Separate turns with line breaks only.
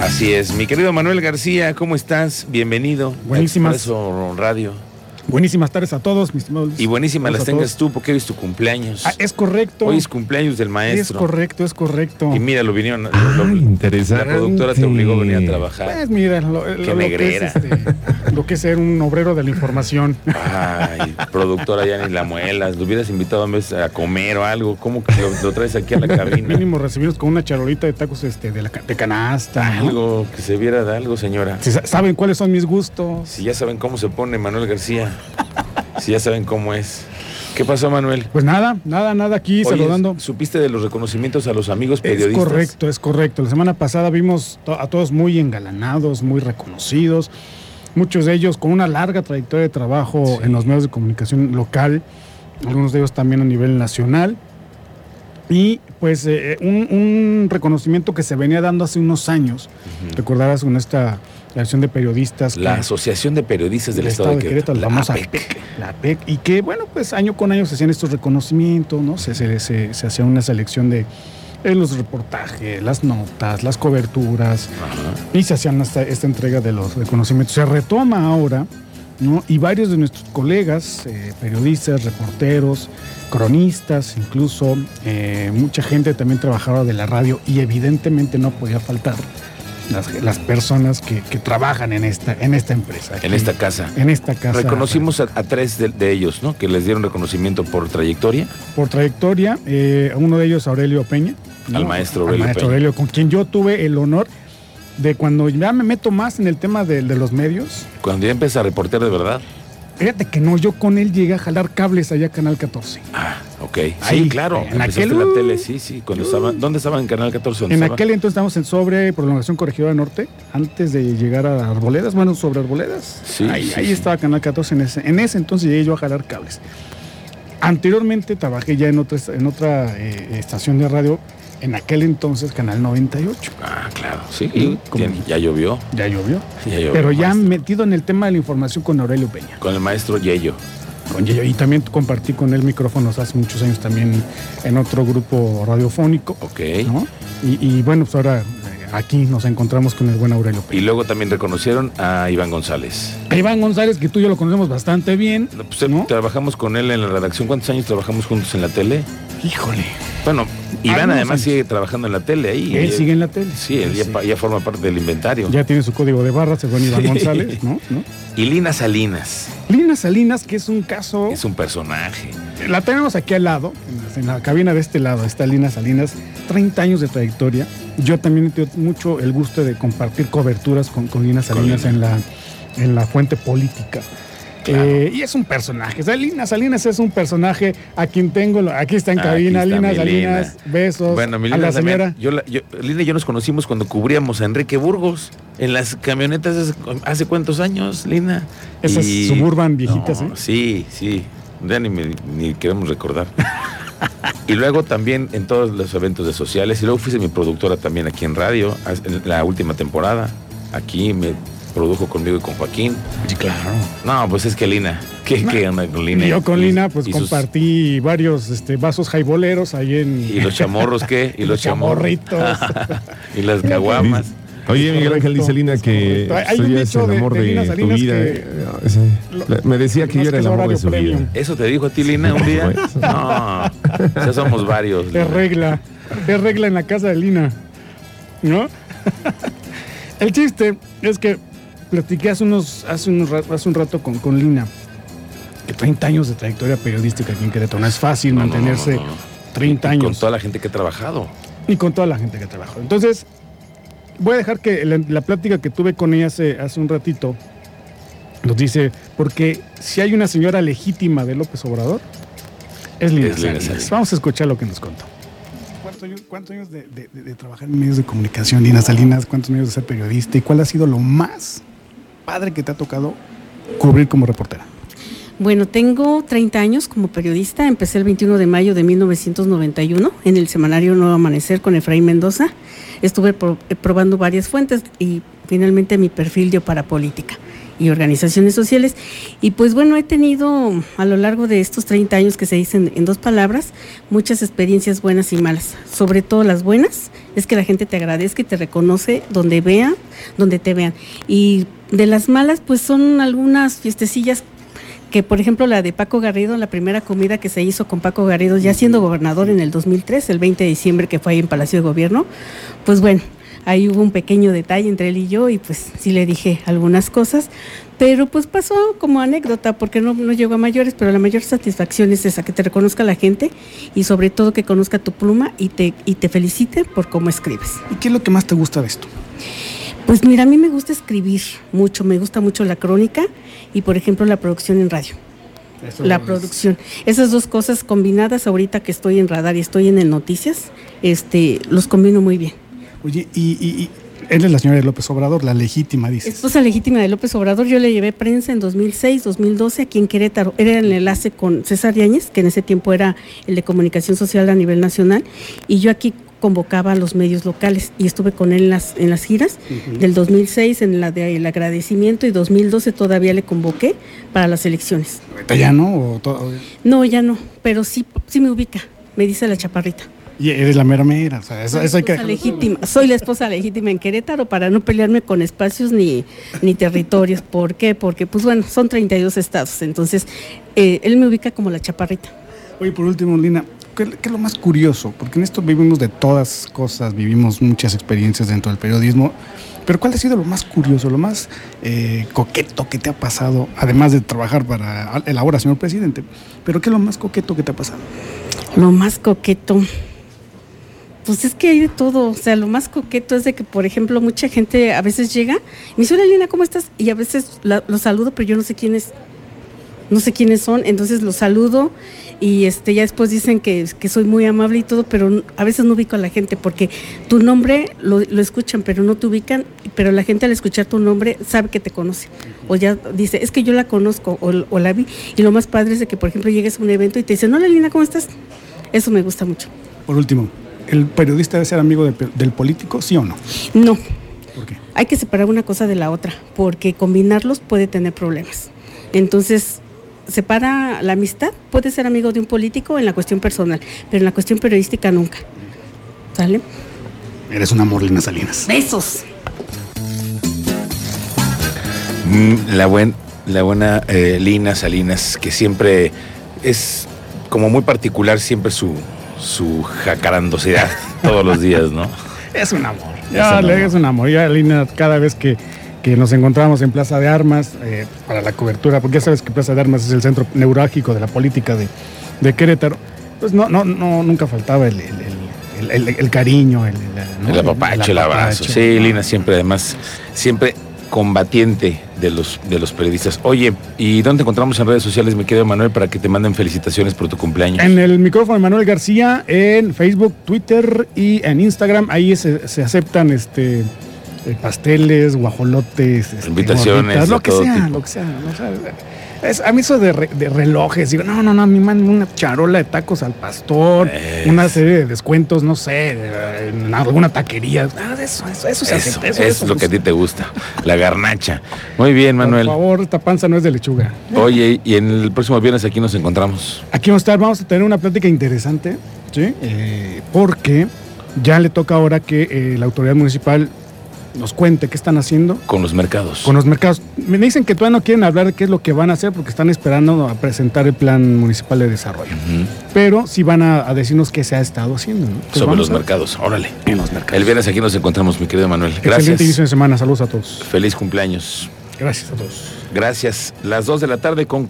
Así es, mi querido Manuel García, ¿cómo estás? Bienvenido.
Buenísimas.
A Expreso Radio.
Buenísimas tardes a todos, mis estimados.
Y buenísimas las
Saludos a
tengas tú porque hoy es tu cumpleaños.
Ah, es correcto.
Hoy es cumpleaños del
es
maestro.
correcto, es correcto.
Y mira, lo vinieron. lo-
Ah,
lo- la
interesante.
productora te obligó a venir a trabajar.
Pues mira, lo, lo- lo que es,
negrera.
este, lo que es ser un obrero de la información.
Ay, productora ya ni la muelas. Lo hubieras invitado a, veces a comer o algo. ¿Cómo que lo, lo traes aquí a la cabina?
Mínimo recibirnos con una charolita de tacos este, de, la, ca- de canasta. ¿no?
Algo que se viera de algo, señora.
Si sa- saben cuáles son mis gustos.
Si ya saben cómo se pone Manuel García. Si ya saben cómo es. ¿Qué pasó, Manuel?
Pues nada, nada, nada aquí
Oye,
saludando.
¿Supiste de los reconocimientos a los amigos
Es
periodistas?
correcto, es correcto. La semana pasada vimos to- a todos muy engalanados, muy reconocidos, muchos de ellos con una larga trayectoria de trabajo
Sí.
en los medios de comunicación local, algunos de ellos también a nivel nacional. Y pues eh, un, un reconocimiento que se venía dando hace unos años, recordarás con esta relación de periodistas. que-
La Asociación de Periodistas del,
del
Estado, de Querétaro,
la
la
famosa
APEC.
APEC, la APEC, y que bueno, pues año con año se hacían estos reconocimientos, ¿no? Se, se, se- se hacía una selección de eh, los reportajes, las notas, las coberturas, y se hacían hasta esta entrega de los reconocimientos. Se retoma ahora, ¿no? Y varios de nuestros colegas, eh, periodistas, reporteros, cronistas, incluso eh, mucha gente también trabajaba de la radio y evidentemente no podía faltar. Las, las personas que, que trabajan en esta, en esta empresa.
En
que-
esta casa.
en esta casa.
Reconocimos a, a tres de, de ellos, ¿no? Que les dieron reconocimiento por trayectoria.
Por trayectoria, eh, a uno de ellos, Aurelio Peña.
Al maestro Aurelio Peña.
Aurelio, con quien yo tuve el honor de cuando ya me meto más en el tema de, de los medios.
Cuando ya empieza a reportear de verdad.
Fíjate que no, yo con él llegué a jalar cables allá a Canal 14.
Ah, ok. Ahí, claro.
en
empezaste
aquel-
la tele, sí, sí. Cuando estaban, ¿Dónde estaban en Canal 14? ¿Dónde
En
estaban?
aquel entonces estábamos en sobre Prolongación Corregidora Norte, antes de llegar a Arboledas, bueno, sobre Arboledas.
Sí,
ahí
sí,
ahí
sí.
estaba Canal 14, en ese, en ese entonces llegué yo a jalar cables. Anteriormente trabajé ya en otra, est- en otra eh, estación de radio, en aquel entonces Canal 98.
Ah, claro. Sí.
Sí,
ya-
como-
ya llovió.
Ya llovió.
Ya llovió,
Pero ya
maestro.
metido en el tema de la información con Aurelio Peña.
Con el maestro Yello.
Con Yeyo. Y también compartí con él micrófonos hace muchos años también en otro grupo radiofónico.
Ok.
¿no? Y, y bueno, pues ahora eh, aquí nos encontramos con el buen Aurelio
Y
Peña.
luego también reconocieron a Iván González.
A Iván González, que tú y yo lo conocemos bastante bien.
No, pues, él-
¿no?
Trabajamos con él en la redacción. ¿Cuántos años trabajamos juntos en la tele?
Híjole.
Bueno, Iván
Algunos
además
años.
sigue trabajando en la tele ahí.
Él
Eh,
sigue en la tele.
Sí, él ya, pa- ya forma parte del inventario.
Ya tiene su código de barras, el buen Iván
Sí.
González, ¿no? ¿no?
Y Lina Salinas
Lina Salinas, que es un caso.
es un personaje.
La tenemos aquí al lado, en la- en la cabina de este lado, está Lina Salinas, 30 años de trayectoria. Yo también he tenido mucho el gusto de compartir coberturas con, con Lina Salinas
Lina.
en la, en la fuente política.
Claro.
Eh, y es un personaje, o sea, Lina Salinas es un personaje a quien tengo, lo- aquí está en
Aquí
cabina,
está
Lina
mi
Salinas,
Lina.
besos
Bueno, mi
a
Lina
la
también-
señora.
Yo, la- yo- Lina y yo nos conocimos cuando cubríamos a Enrique Burgos en las camionetas hace, hace cuántos años, Lina.
Esas Suburban viejitas, ¿eh?
Sí, sí. Ya ni, me- ni queremos recordar. y luego también en todos los eventos de sociales. Y luego fuiste mi productora también aquí en radio, en la última temporada. Aquí me produjo conmigo y con Joaquín.
claro.
No, pues es que Lina. ¿Qué, qué onda con Lina?
Y yo con
Y-
Lina, pues
y sus-
compartí varios este, vasos jaiboleros ahí en.
¿Y los chamorros qué? ¿Y los chamorros?
chamorritos.
¿Y las caguamas?
Oye, Miguel Ángel dice Lina que
Es correcto. Hay un
soy es
dicho
el
de-
amor
de
de,
Lina
tu
Salinas
vida.
que-
eh, sí. La- me decía que
Más
yo
que
era el
el
amor de
horario
su
premium.
vida.
¿Eso te dijo a ti, Lina, un día? No, ya somos varios. Lina.
Es regla, es regla en la casa de Lina, ¿no? El chiste es que platiqué hace, unos, hace, unos ra- hace un rato con, con Lina, que 30 años de trayectoria periodística aquí en Querétaro. No es fácil
No, no,
mantenerse
no, no, no.
30
Con
años
toda la gente que he trabajado.
y con toda la gente que trabajó. Entonces, voy a dejar que la, la plática que tuve con ella hace, hace un ratito nos dice, porque si hay una señora legítima de López Obrador, es Lina,
Es Lina
Salinas.
Salinas.
Vamos a escuchar lo que nos contó. ¿Cuántos años, cuántos años de, de- de- de trabajar en medios de comunicación, Lina Salinas? ¿Cuántos años de ser periodista? ¿Y cuál ha sido lo más padre que te ha tocado cubrir como reportera?
Bueno, tengo 30 años como periodista. Empecé el 21 de mayo de 1991 en el semanario Nuevo Amanecer con Efraín Mendoza. Estuve pro- eh, probando varias fuentes y finalmente mi perfil dio para política. y organizaciones sociales. Y pues bueno, he tenido a lo largo de estos 30 años que se dicen en dos palabras, muchas experiencias buenas y malas. Sobre todo las buenas es que la gente te agradezca y te reconoce donde vea, donde te vean. Y de las malas pues son algunas fiestecillas que por ejemplo la de Paco Garrido, la primera comida que se hizo con Paco Garrido ya siendo gobernador en el 2003, el 20 de diciembre que fue ahí en Palacio de Gobierno, pues bueno, ahí hubo un pequeño detalle entre él y yo y pues sí le dije algunas cosas, pero pues pasó como anécdota porque no, no llegó a mayores, pero la mayor satisfacción es esa, que te reconozca la gente y sobre todo que conozca tu pluma y te, y te felicite por cómo escribes.
¿Y qué es lo que más te gusta de esto?
Pues mira, a mí me gusta escribir mucho, me gusta mucho la crónica y por ejemplo la producción en radio. la producción. Esas dos cosas combinadas ahorita que estoy en radar y estoy en el noticias, este, los combino muy bien.
Oye, y, y, y eres la señora de López Obrador, la legítima, dices.
Esposa legítima de López Obrador, yo le llevé prensa en 2006, 2012 aquí en Querétaro. Era el enlace con César Yáñez, que en ese tiempo era el de comunicación social a nivel nacional, y yo aquí convocaba a los medios locales y estuve con él en las, en las giras del 2006, en la del agradecimiento, y 2012 todavía le convoqué para las elecciones.
Ahorita ya no. O to-
No, ya no, pero sí, sí me ubica, me dice la chaparrita.
y eres la mera mera. O sea, eso, eso hay que.
Esposa legítima. Soy la esposa legítima en Querétaro para no pelearme con espacios ni, ni territorios. ¿Por qué? Porque, pues bueno, son 32 estados. Entonces, eh, él me ubica como la chaparrita.
Oye, por último, Lina, ¿qué, qué es lo más curioso? Porque en esto vivimos de todas cosas, vivimos muchas experiencias dentro del periodismo. Pero ¿cuál ha sido lo más curioso, lo más eh, coqueto que te ha pasado, además de trabajar para el ahora señor presidente? Pero ¿qué es lo más coqueto que te ha pasado?
Lo más coqueto. Pues es que hay de todo. O sea, lo más coqueto es de que, por ejemplo, mucha gente a veces llega, me dice, hola Elena, ¿cómo estás? Y a veces la- los saludo, pero yo no sé quién es. No sé quiénes son, entonces los saludo y este ya después dicen que, que soy muy amable y todo, pero n- a veces no ubico a la gente porque tu nombre lo, lo escuchan, pero no te ubican, pero la gente al escuchar tu nombre sabe que te conoce. O ya dice, es que yo la conozco o, o la vi. Y lo más padre es de que, por ejemplo, llegues a un evento y te dicen, hola Elena, ¿cómo estás? Eso me gusta mucho.
Por último, ¿el periodista debe ser amigo del, pe- del político, sí o no?
No,
¿Por qué?
hay que separar una cosa de la otra, porque combinarlos puede tener problemas. Entonces, separa la amistad, puede ser amigo de un político en la cuestión personal, pero en la cuestión periodística nunca. ¿Sale?
Eres un amor, Lina Salinas.
Besos.
Mm, La, buen, la buena eh, Lina Salinas, que siempre es como muy particular, siempre su, su jacarandosidad todos los días, ¿no?
Es un amor.
Es un
Ya,
amor.
le- es un amor. Ya, Lina, cada vez que, que nos encontramos en Plaza de Armas eh, para la cobertura, porque ya sabes que Plaza de Armas es el centro neurálgico de la política de, de Querétaro, pues no, no, no, nunca faltaba el, el- el- el- el- el cariño, el, el- ¿no?
El apapacho, el abrazo.
apapacho.
Sí, Lina siempre, además, siempre combatiente de los, de los periodistas. Oye, ¿y dónde te encontramos en redes sociales, mi querido Manuel, para que te manden felicitaciones por tu cumpleaños?
En el micrófono de Manuel García, en Facebook, Twitter y en Instagram. Ahí se, se aceptan este eh, pasteles, guajolotes, este,
Invitaciones
gorditas,
de
lo, que
todo
sea,
tipo.
lo que sea, lo que sea. Es- a mí eso de, re- de relojes, digo, no, no, no, a mí man, una charola de tacos al pastor,
Es-
una serie de descuentos, no sé, de- en alguna taquería. Ah, eso, eso, eso se
Eso,
acepta, eso,
es
eso,
lo que a
pues,
ti te gusta, la garnacha. Muy bien, Manuel.
Por favor, esta panza no es de lechuga.
Oye, y en el próximo viernes aquí nos encontramos.
Aquí vamos a estar, vamos a tener una plática interesante, ¿sí? Eh, porque ya le toca ahora que eh, la autoridad municipal nos cuente qué están haciendo
Con los mercados.
con los mercados. Me dicen que todavía no quieren hablar de qué es lo que van a hacer porque están esperando a presentar el plan municipal de desarrollo.
Ujú.
Pero sí van a, a decirnos qué se ha estado haciendo. ¿no? Entonces,
Sobre
vamos
los
a-
mercados, órale.
En los mercados.
El viernes aquí nos encontramos, mi querido Manuel.
Excelente inicio
Gracias.
de semana. Saludos a todos.
Feliz cumpleaños.
Gracias a todos.
Gracias. Las 2 de la tarde con